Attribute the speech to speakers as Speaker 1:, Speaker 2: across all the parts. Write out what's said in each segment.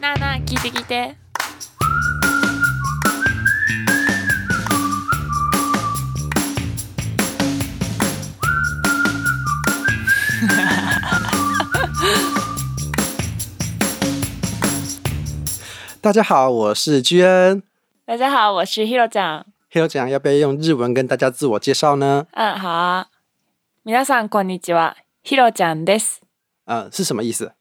Speaker 1: なあなあ聞いて聞いて。
Speaker 2: 大家好，我是居恩。
Speaker 1: 大家好，我是 Hiro ちゃん。
Speaker 2: Hero 讲要不要用日文跟大家自我介绍呢？
Speaker 1: 嗯，好啊。皆さんこんにちは、Hiro ちゃんです。
Speaker 2: 呃，是什么意思？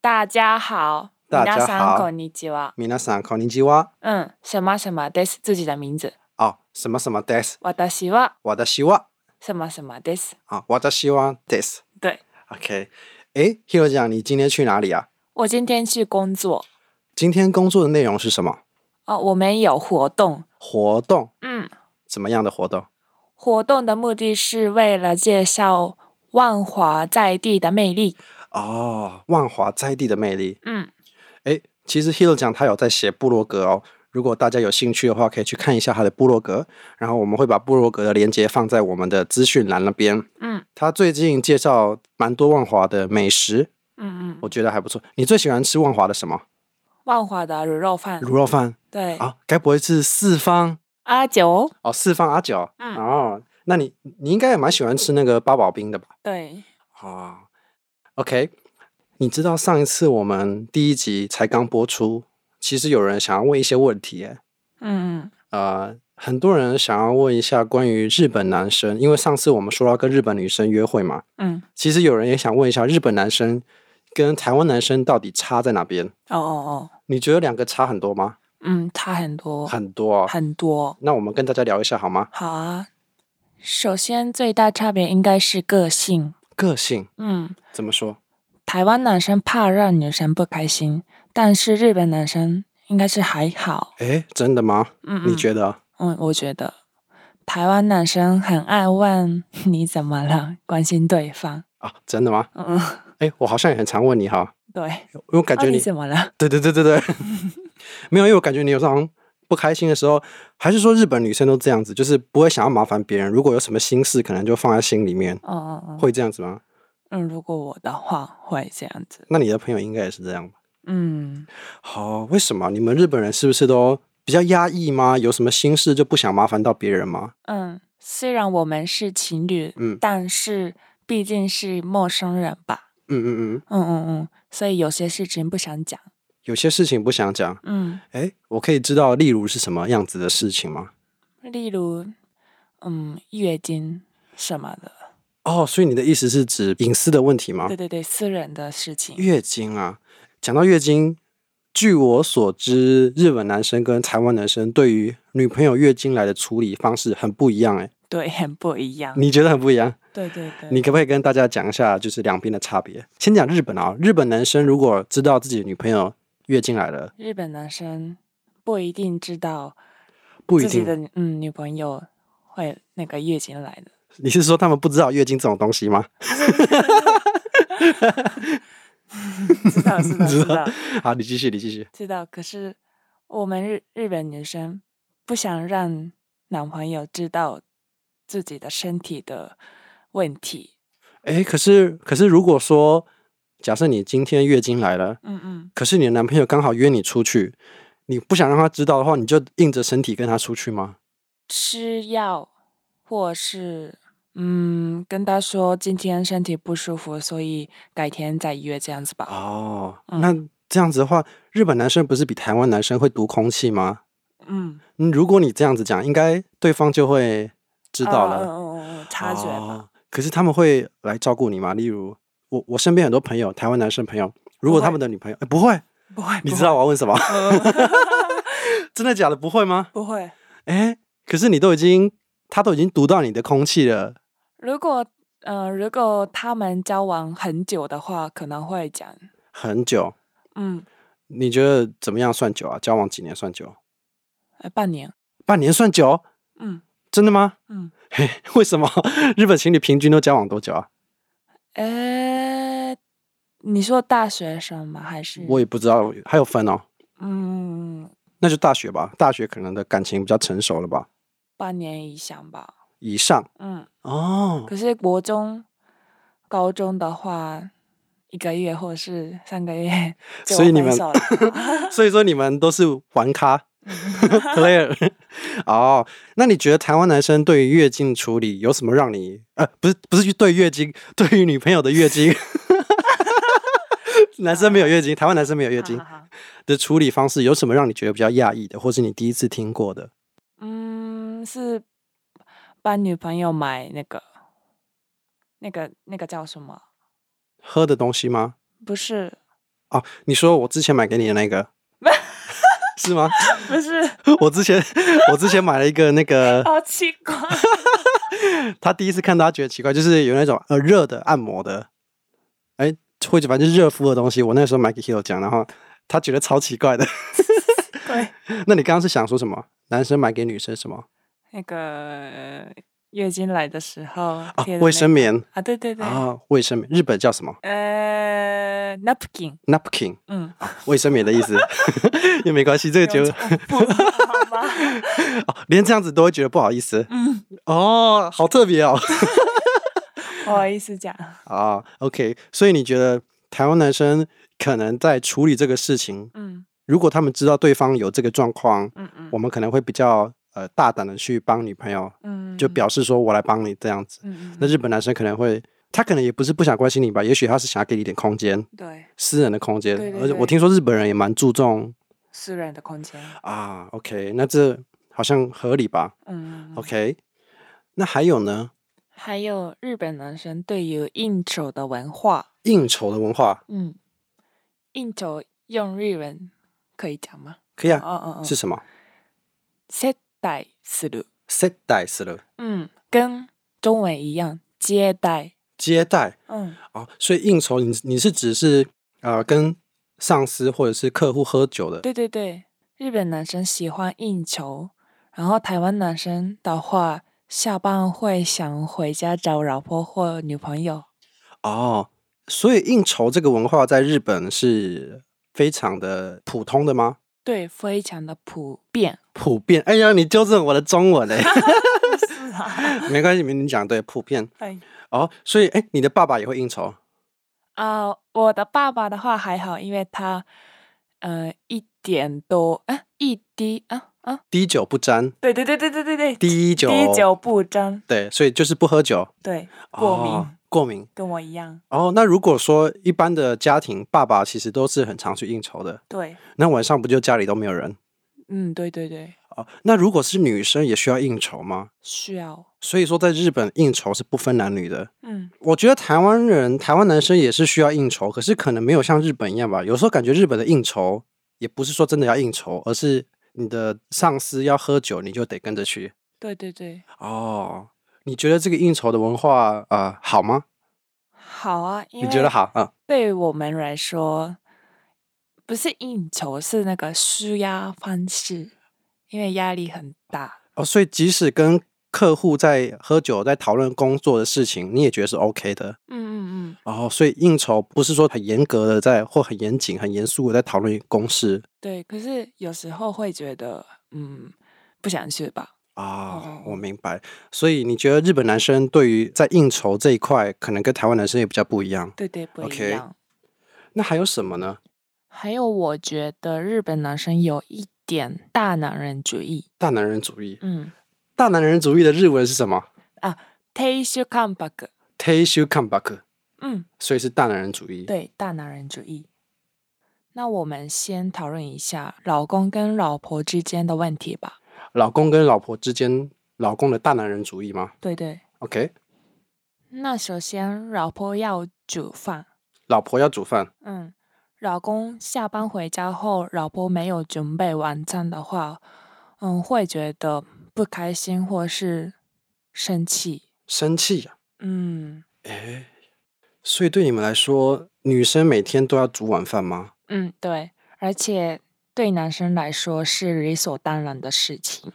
Speaker 1: 大家好，
Speaker 2: 大家好
Speaker 1: 皆さんこんにちは。
Speaker 2: 皆さんこんにちは。
Speaker 1: 嗯，什么什么です，自己的名字。
Speaker 2: 哦，什么什么 des，
Speaker 1: 私は
Speaker 2: 我的希望
Speaker 1: 什么什么です。
Speaker 2: 啊，我的希望 des。
Speaker 1: 对
Speaker 2: OK，诶 h e r o 讲你今天去哪里啊？
Speaker 1: 我今天去工作
Speaker 2: 今天工作的内容是什么？
Speaker 1: 哦，我们有活动。
Speaker 2: 活动？
Speaker 1: 嗯，
Speaker 2: 怎么样的活动？
Speaker 1: 活动的目的是为了介绍万华在地的魅力。
Speaker 2: 哦，万华在地的魅力。
Speaker 1: 嗯，
Speaker 2: 诶，其实 Hero 讲他有在写部落格哦。如果大家有兴趣的话，可以去看一下他的部落格，然后我们会把部落格的链接放在我们的资讯栏那边。
Speaker 1: 嗯
Speaker 2: 他最近介绍蛮多万华的美食，
Speaker 1: 嗯嗯，
Speaker 2: 我觉得还不错。你最喜欢吃万华的什么？
Speaker 1: 万华的卤肉饭，
Speaker 2: 卤肉饭
Speaker 1: 对，
Speaker 2: 啊？该不会是四方
Speaker 1: 阿九，
Speaker 2: 哦？四方阿九？
Speaker 1: 嗯
Speaker 2: 哦，那你你应该也蛮喜欢吃那个八宝冰的吧？
Speaker 1: 对，
Speaker 2: 哦，OK，你知道上一次我们第一集才刚播出，其实有人想要问一些问题耶，
Speaker 1: 嗯嗯，
Speaker 2: 呃，很多人想要问一下关于日本男生，因为上次我们说到跟日本女生约会嘛，
Speaker 1: 嗯，
Speaker 2: 其实有人也想问一下日本男生跟台湾男生到底差在哪边？
Speaker 1: 哦哦哦，
Speaker 2: 你觉得两个差很多吗？
Speaker 1: 嗯，差很多，
Speaker 2: 很多、哦。
Speaker 1: 很多。
Speaker 2: 那我们跟大家聊一下好吗？
Speaker 1: 好啊，首先最大差别应该是个性。
Speaker 2: 个性
Speaker 1: 嗯，
Speaker 2: 怎么说？
Speaker 1: 台湾男生怕让女生不开心，但是日本男生应该是还好。
Speaker 2: 诶，真的吗？
Speaker 1: 嗯，
Speaker 2: 你
Speaker 1: 嗯
Speaker 2: 觉得？
Speaker 1: 嗯，我觉得台湾男生很爱问 你怎么了，关心对方。
Speaker 2: 啊，真的吗？
Speaker 1: 嗯，
Speaker 2: 诶，我好像也很常问你哈，
Speaker 1: 对。
Speaker 2: 因为我感
Speaker 1: 啊
Speaker 2: 觉
Speaker 1: 你
Speaker 2: 你
Speaker 1: 怎么了？
Speaker 2: 对对对对 对，没有，因为我感觉你有时候好像不开心的时候，还是说日本女生都这样子，就是不会想要麻烦别人。如果有什么心事，可能就放在心里面，
Speaker 1: 哦哦哦，
Speaker 2: 会这样子吗？
Speaker 1: 嗯，如果我的话会这样子。
Speaker 2: 那你的朋友应该也是这样吧？
Speaker 1: 嗯，
Speaker 2: 好、为什么你们日本人是不是都比较压抑吗？有什么心事就不想麻烦到别人吗？
Speaker 1: 嗯，虽然我们是情侣，
Speaker 2: 嗯
Speaker 1: 但是毕竟是陌生人吧，
Speaker 2: 嗯嗯嗯，
Speaker 1: 嗯嗯嗯，所以有些事情不想讲，
Speaker 2: 有些事情不想讲。
Speaker 1: 嗯，
Speaker 2: 哎，我可以知道，例如是什么样子的事情吗？
Speaker 1: 例如，嗯，月经什么的，
Speaker 2: 哦，所以你的意思是指隐私的问题吗
Speaker 1: 对？对对，私人的事情，
Speaker 2: 啊月经啊，讲到月经，据我所知，日本男生跟台湾男生对于女朋友月经来的处理方式很不一样、欸。哎，
Speaker 1: 对，很不一样，
Speaker 2: 你觉得很不一样？
Speaker 1: 对对对，
Speaker 2: 你可不可以跟大家讲一下，就是两边的差别？先讲日本啊，日本男生如果知道自己的女朋友月经来了，
Speaker 1: 日本男生不一定知道
Speaker 2: 不一
Speaker 1: 自己的
Speaker 2: 定，
Speaker 1: 女嗯女朋友会那个月经来 的，
Speaker 2: 你是说他们不知道月经这种东西吗？
Speaker 1: 知道知道
Speaker 2: 知
Speaker 1: 知
Speaker 2: 道
Speaker 1: 道
Speaker 2: 好，你继续，你继续。
Speaker 1: 知道，可是我们日日本女生不想让男朋友知道自己的身体的问题，
Speaker 2: 哎，可是可是如果说，假设你今天月经来了，
Speaker 1: 嗯嗯，
Speaker 2: 可是你的男朋友刚好约你出去，你不想让他知道的话，你就硬着身体跟他出去吗？
Speaker 1: 吃药或是。嗯，跟他说今天身体不舒服，所以改天再约这样子吧。
Speaker 2: 哦，
Speaker 1: 嗯
Speaker 2: 那这样子的话，日本男生不是比台湾男生会读空气吗？
Speaker 1: 嗯，
Speaker 2: 嗯如果你这样子讲，应该对方就会知道
Speaker 1: 嗯
Speaker 2: 了，
Speaker 1: 嗯嗯嗯，察觉吧。
Speaker 2: 哦可是他们会来照顾你吗？例如，我我身边很多朋友，台湾男生朋友，如果
Speaker 1: 不会
Speaker 2: 他们的女朋友哎不会，
Speaker 1: 不会，
Speaker 2: 你
Speaker 1: 不
Speaker 2: 知道我要问什么？
Speaker 1: 会
Speaker 2: 嗯 真的假的？不会吗？
Speaker 1: 不会。
Speaker 2: 哎，可是你都已经，他都已经读到你的空气了。
Speaker 1: 如果呃，如果他们交往很久的话，可能会讲，
Speaker 2: 很久，
Speaker 1: 嗯，
Speaker 2: 你觉得怎么样算久啊？交往几年算久？
Speaker 1: 呃半年，
Speaker 2: 半年算久？
Speaker 1: 嗯
Speaker 2: 真的吗？
Speaker 1: 嗯，
Speaker 2: 嘿，为什么 日本情侣平均都交往多久啊？
Speaker 1: 呃，你说大学生吗？还是
Speaker 2: 我也不知道，还有分哦。
Speaker 1: 嗯，
Speaker 2: 那就大学吧，大学可能的感情比较成熟了吧，
Speaker 1: 半年以上吧。
Speaker 2: 以上
Speaker 1: 嗯，
Speaker 2: 哦。
Speaker 1: 可是国中、高中的话，一个月或者是三个月 就
Speaker 2: 所以你
Speaker 1: 分
Speaker 2: 们
Speaker 1: 手了
Speaker 2: 所以说你们都是玩咖 player 哦。那你觉得台湾男生对于月经处理有什么让你呃不是不是去对月经， 对于女朋友的月经，男生没有月经，台湾男生没有月经
Speaker 1: 好好好
Speaker 2: 的处理方式有什么让你觉得比较讶异的，或是你第一次听过的？
Speaker 1: 嗯，是帮女朋友买那个那个那个叫什么？
Speaker 2: 喝的东西吗？
Speaker 1: 不是
Speaker 2: 哦，你说我之前买给你的那个是吗？
Speaker 1: 不 是，
Speaker 2: 我之前我之前买了一个那个，
Speaker 1: 好奇怪。
Speaker 2: 他第一次看到他觉得奇怪，就是有那种呃热的按摩的，哎，或者反正就是热敷的东西。我那时候买给 Hiro 讲，然后他觉得超奇怪的。
Speaker 1: 对，
Speaker 2: 那你刚刚是想说什么？男生买给女生什么？
Speaker 1: 那个月经来的时候
Speaker 2: 啊
Speaker 1: 贴，的
Speaker 2: 卫
Speaker 1: 那
Speaker 2: 生
Speaker 1: 个
Speaker 2: 棉
Speaker 1: 啊，对对对，
Speaker 2: 啊，卫生棉，日本叫什么
Speaker 1: 呃，napkin，
Speaker 2: ？napkin，
Speaker 1: 嗯，
Speaker 2: 卫生棉的意思。 也没关系，这个就
Speaker 1: 用重复好 吧？
Speaker 2: 哦，连这样子都会觉得不好意思。
Speaker 1: 嗯，
Speaker 2: 哦，好特别哦。
Speaker 1: 不好意思讲，
Speaker 2: 啊，OK，所以你觉得台湾男生可能在处理这个事情，
Speaker 1: 嗯
Speaker 2: 如果他们知道对方有这个状况，
Speaker 1: 嗯嗯
Speaker 2: 我们可能会比较呃大胆的去帮女朋友，
Speaker 1: 嗯，
Speaker 2: 就表示说我来帮你这样子。
Speaker 1: 嗯，嗯
Speaker 2: 那
Speaker 1: 嗯
Speaker 2: 日本男生可能会，他可能也不是不想关心你吧，也许他是想要给你一点空间，
Speaker 1: 对
Speaker 2: 私人的空间。
Speaker 1: 对对
Speaker 2: 而且
Speaker 1: 对
Speaker 2: 我听说日本人也蛮注重
Speaker 1: 私人的空间，
Speaker 2: 啊，OK，那这好像合理吧
Speaker 1: 嗯
Speaker 2: ？OK，那还有呢，
Speaker 1: 还有日本男生对于应酬的文化，
Speaker 2: 应酬的文化
Speaker 1: 嗯，应酬用日文可以讲吗？
Speaker 2: 可以
Speaker 1: 哦
Speaker 2: 啊，
Speaker 1: 哦哦，
Speaker 2: 是什么？
Speaker 1: 接待する，
Speaker 2: 接待する，
Speaker 1: 嗯，跟中文一样，接待，
Speaker 2: 接待。
Speaker 1: 嗯，
Speaker 2: 哦，所以应酬你你是指是呃跟上司或者是客户喝酒的
Speaker 1: 对对对，日本男生喜欢应酬，然后台湾男生的话，下班会想回家找老婆或女朋友，
Speaker 2: 哦，所以应酬这个文化在日本是非常的普通的吗？
Speaker 1: 对，非常的普遍。
Speaker 2: 普遍？哎呀，你纠正我的中文 嘞，
Speaker 1: 是啊，
Speaker 2: 没关系，你讲对，普遍
Speaker 1: 对。
Speaker 2: 哦。所以哎，你的爸爸也会应酬
Speaker 1: 啊、我的爸爸的话还好，因为他，呃，一点都啊，一滴啊啊，
Speaker 2: 滴酒不沾，
Speaker 1: 对对对对对对对，
Speaker 2: 滴酒
Speaker 1: 滴酒不沾，
Speaker 2: 对，所以就是不喝酒，
Speaker 1: 对，过敏、
Speaker 2: 哦过敏。
Speaker 1: 跟我一样，
Speaker 2: 哦，那如果说一般的家庭，爸爸其实都是很常去应酬的，
Speaker 1: 对，
Speaker 2: 那晚上不就家里都没有人
Speaker 1: 嗯，对对对，
Speaker 2: 哦？那如果是女生也需要应酬吗？
Speaker 1: 需要，
Speaker 2: 所以说，在日本应酬是不分男女的。
Speaker 1: 嗯，
Speaker 2: 我觉得台湾人、台湾男生也是需要应酬，可是可能没有像日本一样吧。有时候感觉日本的应酬也不是说真的要应酬，而是你的上司要喝酒，你就得跟着去。
Speaker 1: 对对对，
Speaker 2: 哦，你觉得这个应酬的文化呃好吗？
Speaker 1: 好啊，因
Speaker 2: 你觉得
Speaker 1: 为
Speaker 2: 好啊、
Speaker 1: 对我们来说，不是应酬，是那个舒压方式，因为压力很大，
Speaker 2: 哦，所以即使跟客户在喝酒、在讨论工作的事情，你也觉得是 OK 的。
Speaker 1: 嗯嗯嗯，
Speaker 2: 哦，所以应酬不是说很严格的在或很严谨、很严肃的在讨论公事
Speaker 1: 对，可是有时候会觉得，嗯，不想去吧。
Speaker 2: 啊
Speaker 1: 哦，
Speaker 2: 我明白。所以你觉得日本男生对于在应酬这一块，可能跟台湾男生也比较不一样。
Speaker 1: 对对，不
Speaker 2: OK
Speaker 1: 一样。
Speaker 2: 那还有什么呢？
Speaker 1: 还有，我觉得日本男生有一点大男人主义。
Speaker 2: 大男人主义，
Speaker 1: 嗯，
Speaker 2: 大男人主义的日文是什么
Speaker 1: テイシュカンパク。
Speaker 2: ？Taishu comeback，
Speaker 1: 嗯，
Speaker 2: 所以是大男人主义。
Speaker 1: 对，大男人主义。那我们先讨论一下老公跟老婆之间的问题吧。
Speaker 2: 老公跟老婆之间，老公的大男人主义吗
Speaker 1: 对对。
Speaker 2: ？OK，
Speaker 1: 那首先，老婆要煮饭。
Speaker 2: 老婆要煮饭，
Speaker 1: 嗯，老公下班回家后，老婆没有准备晚餐的话，嗯，会觉得不开心或是生气。
Speaker 2: 生气呀、
Speaker 1: 嗯
Speaker 2: 诶，所以对你们来说，女生每天都要煮晚饭吗？
Speaker 1: 嗯，对，而且对男生来说是理所当然的事情。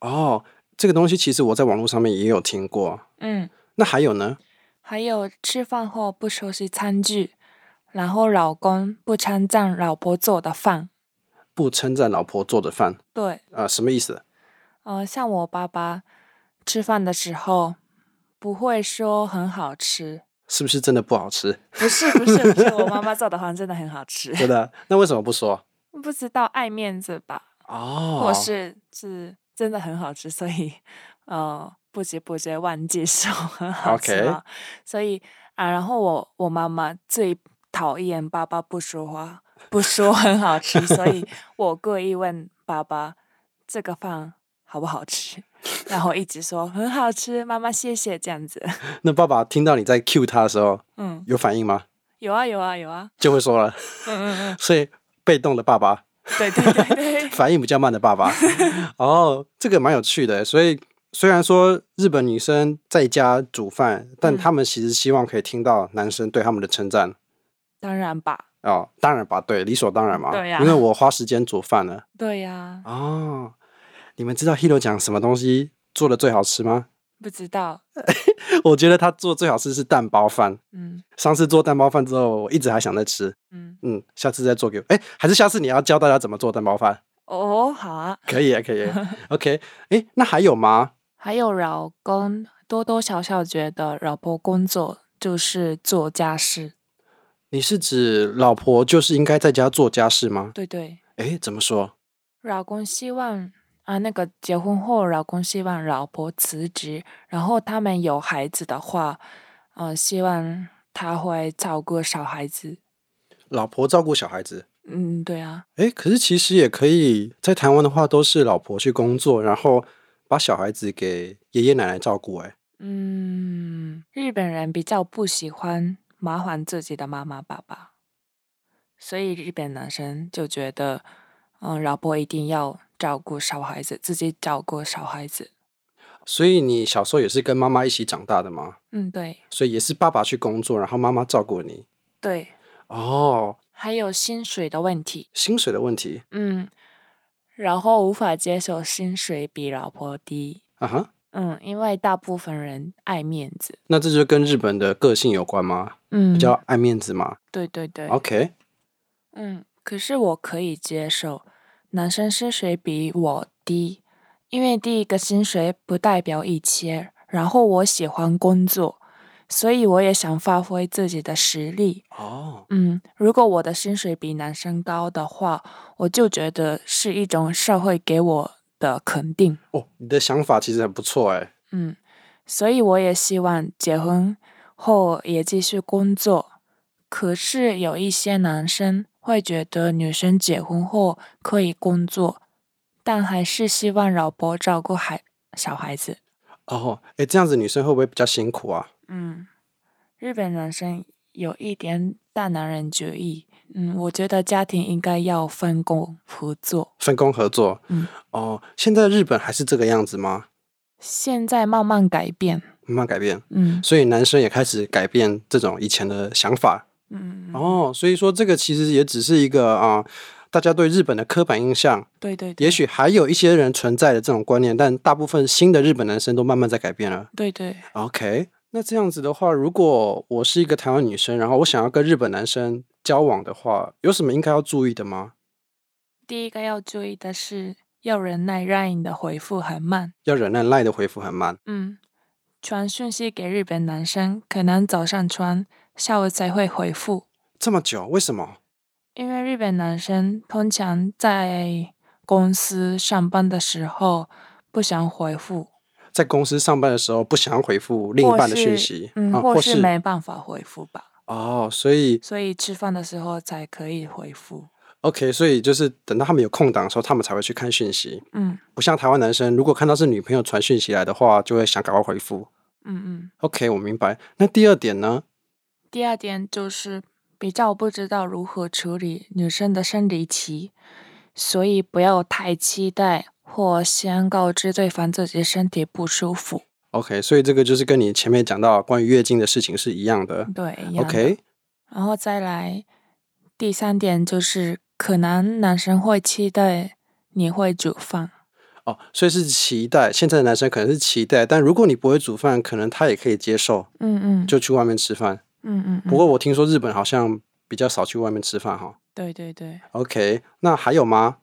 Speaker 2: 哦，这个东西其实我在网络上面也有听过。
Speaker 1: 嗯，
Speaker 2: 那还有呢？
Speaker 1: 还有吃饭后不收拾餐具，然后老公不称赞老婆做的饭。
Speaker 2: 不称赞老婆做的饭
Speaker 1: 对，
Speaker 2: 啊、呃什么意思？
Speaker 1: 呃，像我爸爸吃饭的时候不会说很好吃，
Speaker 2: 是不是真的不好吃？
Speaker 1: 不是不是不是，我妈妈做的好像真的很好吃。
Speaker 2: 真的？那为什么不说？
Speaker 1: 不知道爱面子吧，
Speaker 2: 哦，
Speaker 1: 或是是真的很好吃，所以呃不知不觉忘记说很好吃
Speaker 2: OK
Speaker 1: 了。所以啊，然后我我妈妈最讨厌爸爸不说话，不说很好吃，所 以我故意问爸爸这个饭好不好吃，然后一直说很好吃，妈妈谢谢这样子。
Speaker 2: 那爸爸听到你在 cue 他的时候
Speaker 1: 嗯，
Speaker 2: 有反应吗？
Speaker 1: 有啊有啊有啊，
Speaker 2: 就会说了。
Speaker 1: 嗯嗯嗯，
Speaker 2: 所以被动的爸爸，，
Speaker 1: 对对对对
Speaker 2: 反应比较慢的爸爸，哦，这个蛮有趣的。所以虽然说日本女生在家煮饭，但
Speaker 1: 嗯
Speaker 2: 他们其实希望可以听到男生对他们的称赞。
Speaker 1: 当然吧，
Speaker 2: 哦，当然吧，对，理所当然嘛，
Speaker 1: 对呀
Speaker 2: 因为我花时间煮饭了。
Speaker 1: 对呀、
Speaker 2: 哦，你们知道 Hiro 讲什么东西做的最好吃吗？
Speaker 1: 不知道，
Speaker 2: 我觉得他做最好吃是蛋包饭。
Speaker 1: 嗯
Speaker 2: 上次做蛋包饭之后，我一直还想再吃，
Speaker 1: 嗯，
Speaker 2: 嗯，下次再做给我。哎，还是下次你要教大家怎么做蛋包饭？
Speaker 1: 哦，好啊。
Speaker 2: 可以啊，可以啊。OK，哎，那还有吗？
Speaker 1: 还有老公多多少少觉得老婆工作就是做家事，
Speaker 2: 你是指老婆就是应该在家做家事吗？
Speaker 1: 对对，
Speaker 2: 哎，怎么说？
Speaker 1: 老公希望啊，那个结婚后老公希望老婆辞职，然后他们有孩子的话，呃，希望他会照顾小孩子。
Speaker 2: 老婆照顾小孩子？
Speaker 1: 嗯，对啊，
Speaker 2: 哎，可是其实也可以，在台湾的话都是老婆去工作，然后把小孩子给爷爷奶奶照顾。哎，
Speaker 1: 嗯，日本人比较不喜欢麻烦自己的妈妈爸爸，所以日本男生就觉得，嗯，老婆一定要照顾小孩子，自己照顾小孩子。
Speaker 2: 所以你小时候也是跟妈妈一起长大的吗？
Speaker 1: 嗯，对
Speaker 2: 所以也是爸爸去工作，然后妈妈照顾你。
Speaker 1: 对，
Speaker 2: 哦，
Speaker 1: 还有薪水的问题，
Speaker 2: 薪水的问题
Speaker 1: 嗯，然后无法接受薪水比老婆低，
Speaker 2: 啊哈，
Speaker 1: 嗯，因为大部分人爱面子，
Speaker 2: 那这就跟日本的个性有关吗？
Speaker 1: 嗯，
Speaker 2: 比较爱面子嘛。
Speaker 1: 对对对，
Speaker 2: OK，
Speaker 1: 嗯，可是我可以接受，男生薪水比我低，因为第一个薪水不代表一切，然后我喜欢工作，所以我也想发挥自己的实力。
Speaker 2: 哦，
Speaker 1: 嗯，如果我的薪水比男生高的话，我就觉得是一种社会给我的肯定。
Speaker 2: 哦，你的想法其实很不错哎。
Speaker 1: 嗯，所以我也希望结婚后也继续工作。可是有一些男生会觉得女生结婚后可以工作，但还是希望老婆照顾孩小孩子。
Speaker 2: 哦，哎，这样子女生会不会比较辛苦啊？
Speaker 1: 嗯，日本男生有一点大男人主义。嗯，我觉得家庭应该要分工合作。
Speaker 2: 分工合作。
Speaker 1: 嗯，
Speaker 2: 哦，现在日本还是这个样子吗？
Speaker 1: 现在慢慢改变。
Speaker 2: 慢慢改变，
Speaker 1: 嗯
Speaker 2: 所以男生也开始改变这种以前的想法。
Speaker 1: 嗯，嗯
Speaker 2: 哦，所以说这个其实也只是一个啊、大家对日本的刻板印象。
Speaker 1: 对对对，
Speaker 2: 也许还有一些人存在的这种观念，但大部分新的日本男生都慢慢在改变了。
Speaker 1: 对对，
Speaker 2: OK，那这样子的话，如果我是一个台湾女生，然后我想要跟日本男生交往的话，有什么应该要注意的吗？
Speaker 1: 第一个要注意的是，要忍耐，让你的回复很慢。
Speaker 2: 要忍耐，赖的回复很慢。
Speaker 1: 嗯，传讯息给日本男生，可能早上传，下午才会回复，
Speaker 2: 这么久，为什么？
Speaker 1: 因为日本男生通常在公司上班的时候不想回复，
Speaker 2: 在公司上班的时候不想回复另一
Speaker 1: 或
Speaker 2: 半的讯
Speaker 1: 是
Speaker 2: 息，
Speaker 1: 嗯，
Speaker 2: 啊，
Speaker 1: 或
Speaker 2: 是
Speaker 1: 没办法回复吧，
Speaker 2: 哦，所以
Speaker 1: 所以吃饭的时候才可以回复。
Speaker 2: OK，所以就是等到他们有空档的时候，他们才会去看讯息，
Speaker 1: 嗯
Speaker 2: 不像台湾男生，如果看到是女朋友传讯息来的话，就会想赶快回复。
Speaker 1: 嗯嗯。
Speaker 2: OK，我明白。那第二点呢？
Speaker 1: 第二点就是比较不知道如何处理女生的生理期，所以不要太期待或先告知对方自己身体不舒服。
Speaker 2: OK，所以这个就是跟你前面讲到关于月经的事情是一样的。
Speaker 1: 对一样的
Speaker 2: OK，
Speaker 1: 然后再来第三点就是，可能男生会期待你会煮饭。
Speaker 2: 哦，所以是期待。现在的男生可能是期待，但如果你不会煮饭，可能他也可以接受，
Speaker 1: 嗯嗯，
Speaker 2: 就去外面吃饭。
Speaker 1: 嗯嗯，嗯
Speaker 2: 不过我听说日本好像比较少去外面吃饭哈。
Speaker 1: 对对对。
Speaker 2: OK，那还有吗？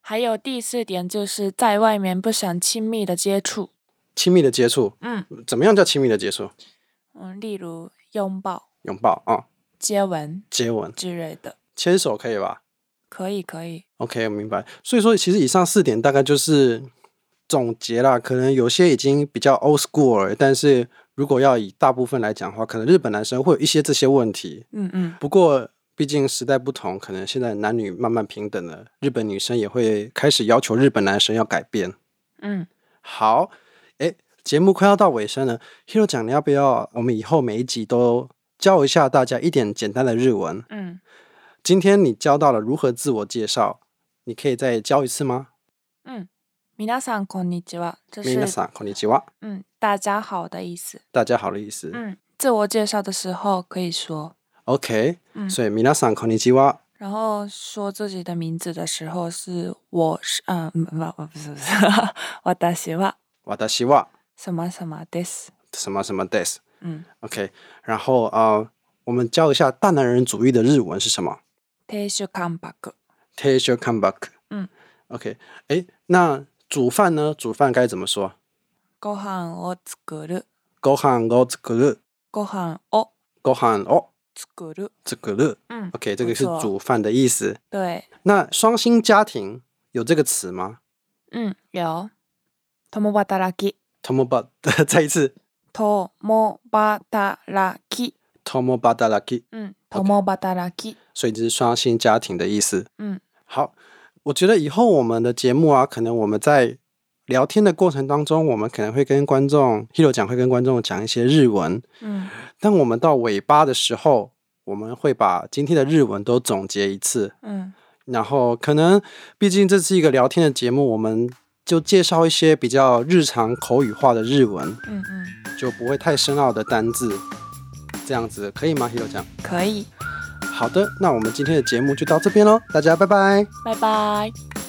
Speaker 1: 还有第四点就是在外面不想亲密的接触。
Speaker 2: 亲密的接触，
Speaker 1: 嗯
Speaker 2: 怎么样叫亲密的接触？
Speaker 1: 嗯，例如拥抱、
Speaker 2: 拥抱啊、
Speaker 1: 接吻
Speaker 2: 接吻、
Speaker 1: 之类的，
Speaker 2: 牵手可以吧
Speaker 1: 可以可以。
Speaker 2: ？OK，我明白。所以说，其实以上四点大概就是总结啦。可能有些已经比较 old school 了，但是如果要以大部分来讲的话，可能日本男生会有一些这些问题。
Speaker 1: 嗯嗯，
Speaker 2: 不过，毕竟时代不同，可能现在男女慢慢平等了，日本女生也会开始要求日本男生要改变。
Speaker 1: 嗯，
Speaker 2: 好，哎，节目快要到尾声了，Hero 讲，你要不要我们以后每一集都教一下大家一点简单的日文？
Speaker 1: 嗯，
Speaker 2: 今天你教到了如何自我介绍，你可以再教一次吗？
Speaker 1: 皆さんこんにちは，这
Speaker 2: 皆
Speaker 1: 是
Speaker 2: さんこんにちは，
Speaker 1: 嗯大家好的意思。
Speaker 2: 大家好的意思。
Speaker 1: 嗯，自我介绍的时候可以说，
Speaker 2: OK，、
Speaker 1: 嗯
Speaker 2: 所以皆さんこんにちは。
Speaker 1: 然后说自己的名字的时候是我是嗯不不不是不是，我的希望
Speaker 2: 私は
Speaker 1: 什么什么 this，
Speaker 2: 什么什么 this。
Speaker 1: 嗯
Speaker 2: OK，然后啊、呃我们教一下大男人主义的日文是什么
Speaker 1: t e s h u k a m b a k
Speaker 2: t a s h o comeback。
Speaker 1: 嗯
Speaker 2: ，OK，哎，那煮饭呢？煮饭该怎么说？
Speaker 1: ご飯を作る，
Speaker 2: ご飯を作る。
Speaker 1: ご飯を
Speaker 2: ご飯を
Speaker 1: 作る，
Speaker 2: 作る。
Speaker 1: 嗯
Speaker 2: OK，这个是
Speaker 1: 不错
Speaker 2: 煮饭的意思。
Speaker 1: 对，
Speaker 2: 那双薪家庭有这个词吗？
Speaker 1: 嗯有，共働き。
Speaker 2: 共ば 再一次
Speaker 1: 共働き，
Speaker 2: 共働き，
Speaker 1: 嗯，共働き，
Speaker 2: 所以这是双薪家庭的意思。
Speaker 1: 嗯，
Speaker 2: 好，我觉得以后我们的节目啊，可能我们在聊天的过程当中，我们可能会跟观众 Hiro 讲，会跟观众讲一些日文。
Speaker 1: 嗯
Speaker 2: 当我们到尾巴的时候，我们会把今天的日文都总结一次。
Speaker 1: 嗯
Speaker 2: 然后可能毕竟这是一个聊天的节目，我们就介绍一些比较日常口语化的日文，
Speaker 1: 嗯嗯，
Speaker 2: 就不会太深奥的单字，这样子可以吗？Hiro 讲，
Speaker 1: 可以，
Speaker 2: 好的，那我们今天的节目就到这边喽，大家拜拜。
Speaker 1: 拜拜。